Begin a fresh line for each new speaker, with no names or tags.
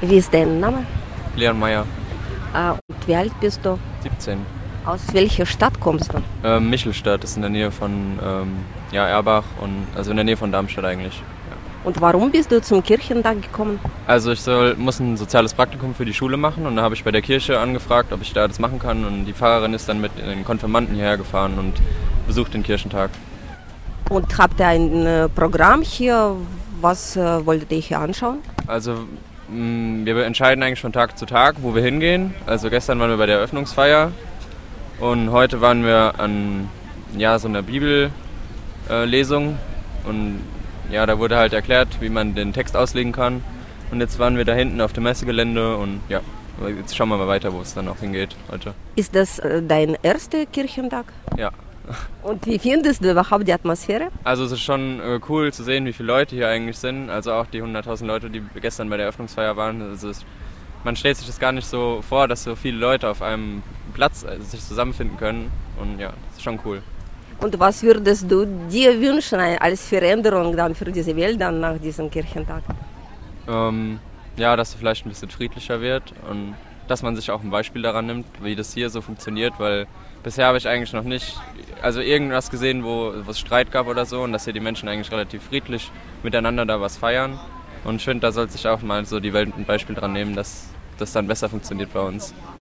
Wie ist dein Name?
Leon Meyer,
Äh, und wie alt bist du?
17.
Aus welcher Stadt kommst du?
Ähm, Michelstadt ist in der Nähe von ähm, ja, Erbach und also in der Nähe von Darmstadt eigentlich.
Und warum bist du zum Kirchentag gekommen?
Also ich soll, muss ein soziales Praktikum für die Schule machen und da habe ich bei der Kirche angefragt, ob ich da das machen kann und die Fahrerin ist dann mit den Konfirmanden hierher gefahren und besucht den Kirchentag.
Und habt ihr ein äh, Programm hier? Was äh, wolltet ihr hier anschauen?
Also mh, wir entscheiden eigentlich von Tag zu Tag, wo wir hingehen. Also gestern waren wir bei der Eröffnungsfeier und heute waren wir an ja, so einer Bibellesung äh, Lesung. und ja, da wurde halt erklärt, wie man den Text auslegen kann. Und jetzt waren wir da hinten auf dem Messegelände und ja, aber jetzt schauen wir mal weiter, wo es dann auch hingeht heute.
Ist das äh, dein erster Kirchentag?
Ja.
Und wie findest du überhaupt die Atmosphäre?
Also es ist schon äh, cool zu sehen, wie viele Leute hier eigentlich sind. Also auch die 100.000 Leute, die gestern bei der Eröffnungsfeier waren. Also es, man stellt sich das gar nicht so vor, dass so viele Leute auf einem Platz äh, sich zusammenfinden können. Und ja, das ist schon cool.
Und was würdest du dir wünschen äh, als Veränderung dann für diese Welt dann nach diesem Kirchentag?
Ähm, ja, dass es vielleicht ein bisschen friedlicher wird und dass man sich auch ein Beispiel daran nimmt, wie das hier so funktioniert, weil bisher habe ich eigentlich noch nicht, also irgendwas gesehen, wo wo es Streit gab oder so und dass hier die Menschen eigentlich relativ friedlich miteinander da was feiern. Und ich finde, da sollte sich auch mal so die Welt ein Beispiel dran nehmen, dass das dann besser funktioniert bei uns.